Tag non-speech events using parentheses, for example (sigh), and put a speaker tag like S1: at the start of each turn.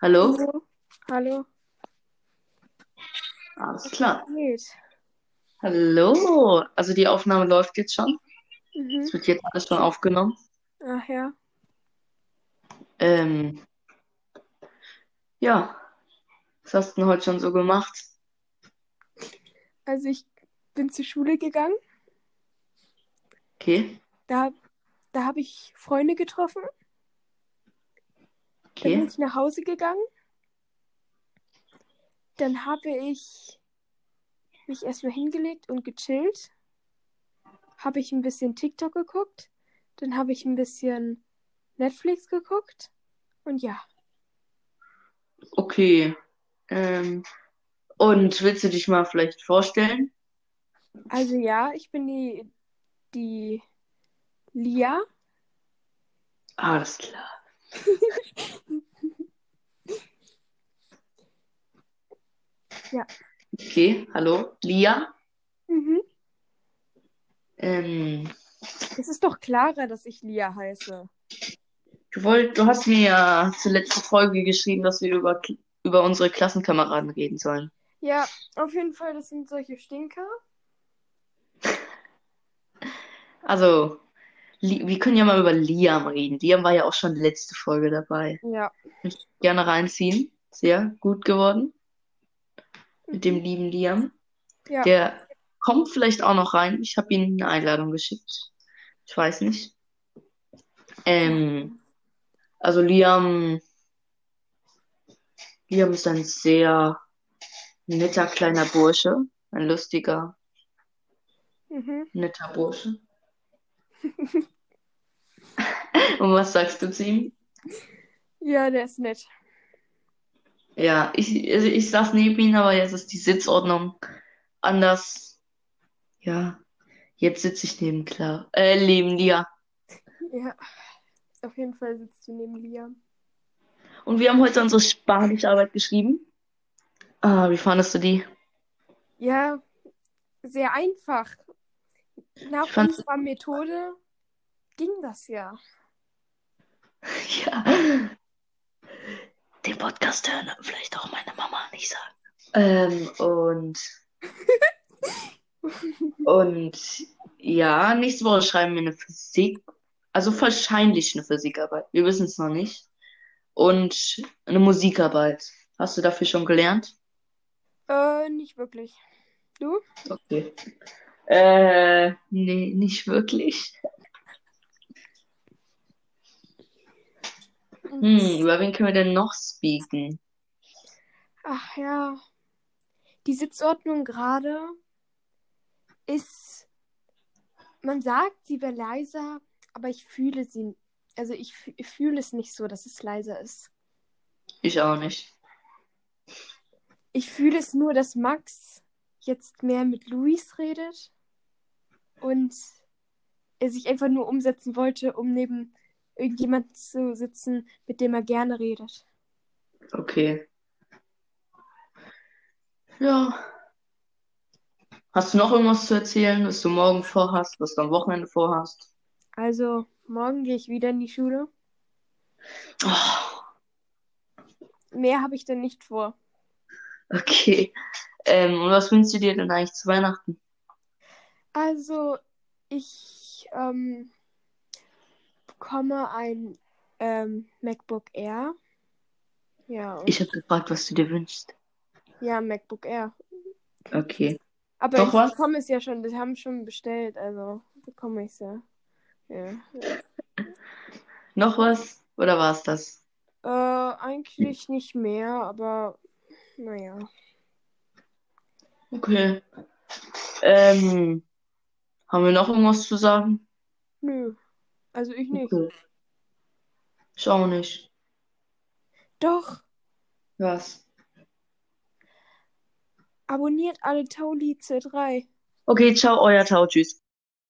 S1: Hallo?
S2: Hallo? Hallo?
S1: Alles klar.
S2: Geht.
S1: Hallo. Also die Aufnahme läuft jetzt schon.
S2: Mhm.
S1: Es wird jetzt alles schon aufgenommen.
S2: Ach ja.
S1: Ähm, ja. Was hast du denn heute schon so gemacht?
S2: Also ich bin zur Schule gegangen.
S1: Okay.
S2: Da, da habe ich Freunde getroffen. Dann bin
S1: Okay.
S2: ich nach Hause gegangen. Dann habe ich mich erstmal hingelegt und gechillt. Habe ich ein bisschen TikTok geguckt. Dann habe ich ein bisschen Netflix geguckt. Und ja.
S1: Okay. Ähm, und willst du dich mal vielleicht vorstellen?
S2: Also ja, ich bin die, die Lia.
S1: Alles klar.
S2: Ja.
S1: Okay. Hallo. Lia?
S2: Mhm.
S1: Ähm,
S2: Es ist doch klarer, dass ich Lia heiße.
S1: du, wollt, du hast mir ja zur letzten Folge geschrieben, dass wir über, über unsere Klassenkameraden reden sollen.
S2: Ja, auf jeden Fall, das sind solche Stinker.
S1: Also, Li- wir können ja mal über Liam reden. Liam war ja auch schon letzte Folge dabei.
S2: Ja.
S1: Gerne reinziehen. Sehr gut geworden mit dem lieben Liam.
S2: Ja.
S1: Der kommt vielleicht auch noch rein. Ich habe ihm eine Einladung geschickt. Ich weiß nicht. Ähm, also Liam, Liam ist ein sehr netter kleiner Bursche. Ein lustiger,
S2: Mhm.
S1: netter Bursche. Und was sagst du zu ihm?
S2: Ja, der ist nett.
S1: Ja, ich, also ich saß neben ihm, aber jetzt ist die Sitzordnung anders. Ja, jetzt sitze ich neben Clara. Äh, neben Lia.
S2: Ja. Auf jeden Fall sitzt du neben Lia.
S1: Und wir haben heute unsere Spanischarbeit geschrieben. Ah, wie fandest du die?
S2: Ja, sehr einfach. Nach
S1: Ich fand's-
S2: unserer Methode ging das ja.
S1: (laughs) Ja. Den Podcast hören vielleicht auch meine Mama nicht sagen. Ähm, und. und ja, nächste Woche schreiben wir eine Physik. Also wahrscheinlich eine Physikarbeit. Wir wissen es noch nicht. Und eine Musikarbeit. Hast du dafür schon gelernt?
S2: Äh, nicht wirklich.
S1: Okay. Äh, nee, nicht wirklich. Hm, über wen können wir denn noch speaken?
S2: Ach ja. Die Sitzordnung gerade ist. Man sagt, sie wäre leiser, aber ich fühle sie. Also ich fü- ich fühle es nicht so, dass es leiser ist.
S1: Ich auch nicht.
S2: Ich fühle es nur, dass Max jetzt mehr mit Luis redet und er sich einfach nur umsetzen wollte, um neben irgendjemand zu sitzen, mit dem er gerne redet.
S1: Okay. Ja. Hast du noch irgendwas zu erzählen, was du morgen vorhast, was du am Wochenende vorhast?
S2: Also, morgen gehe ich wieder in die Schule.
S1: Oh,
S2: Mehr habe ich denn nicht vor.
S1: okay. Ähm, und was wünschst du dir denn eigentlich zu Weihnachten?
S2: Also, ich ähm, bekomme ein ähm, MacBook Air. Ja, und,
S1: Ich habe gefragt, was du dir wünschst.
S2: ja, MacBook Air.
S1: Okay.
S2: Aber
S1: Noch
S2: ich
S1: was?
S2: bekomme es ja schon, das haben schon bestellt, also bekomme ich es ja. ja.
S1: Noch was? Oder war es das?
S2: Äh, eigentlich nicht mehr, aber naja.
S1: Okay. Ähm, haben wir noch irgendwas zu sagen?
S2: Nö. Also ich nicht.
S1: Okay. Ich auch nicht.
S2: Doch,
S1: Was?
S2: abonniert alle Tauli C3.
S1: Okay, ciao, euer Tau. Tschüss.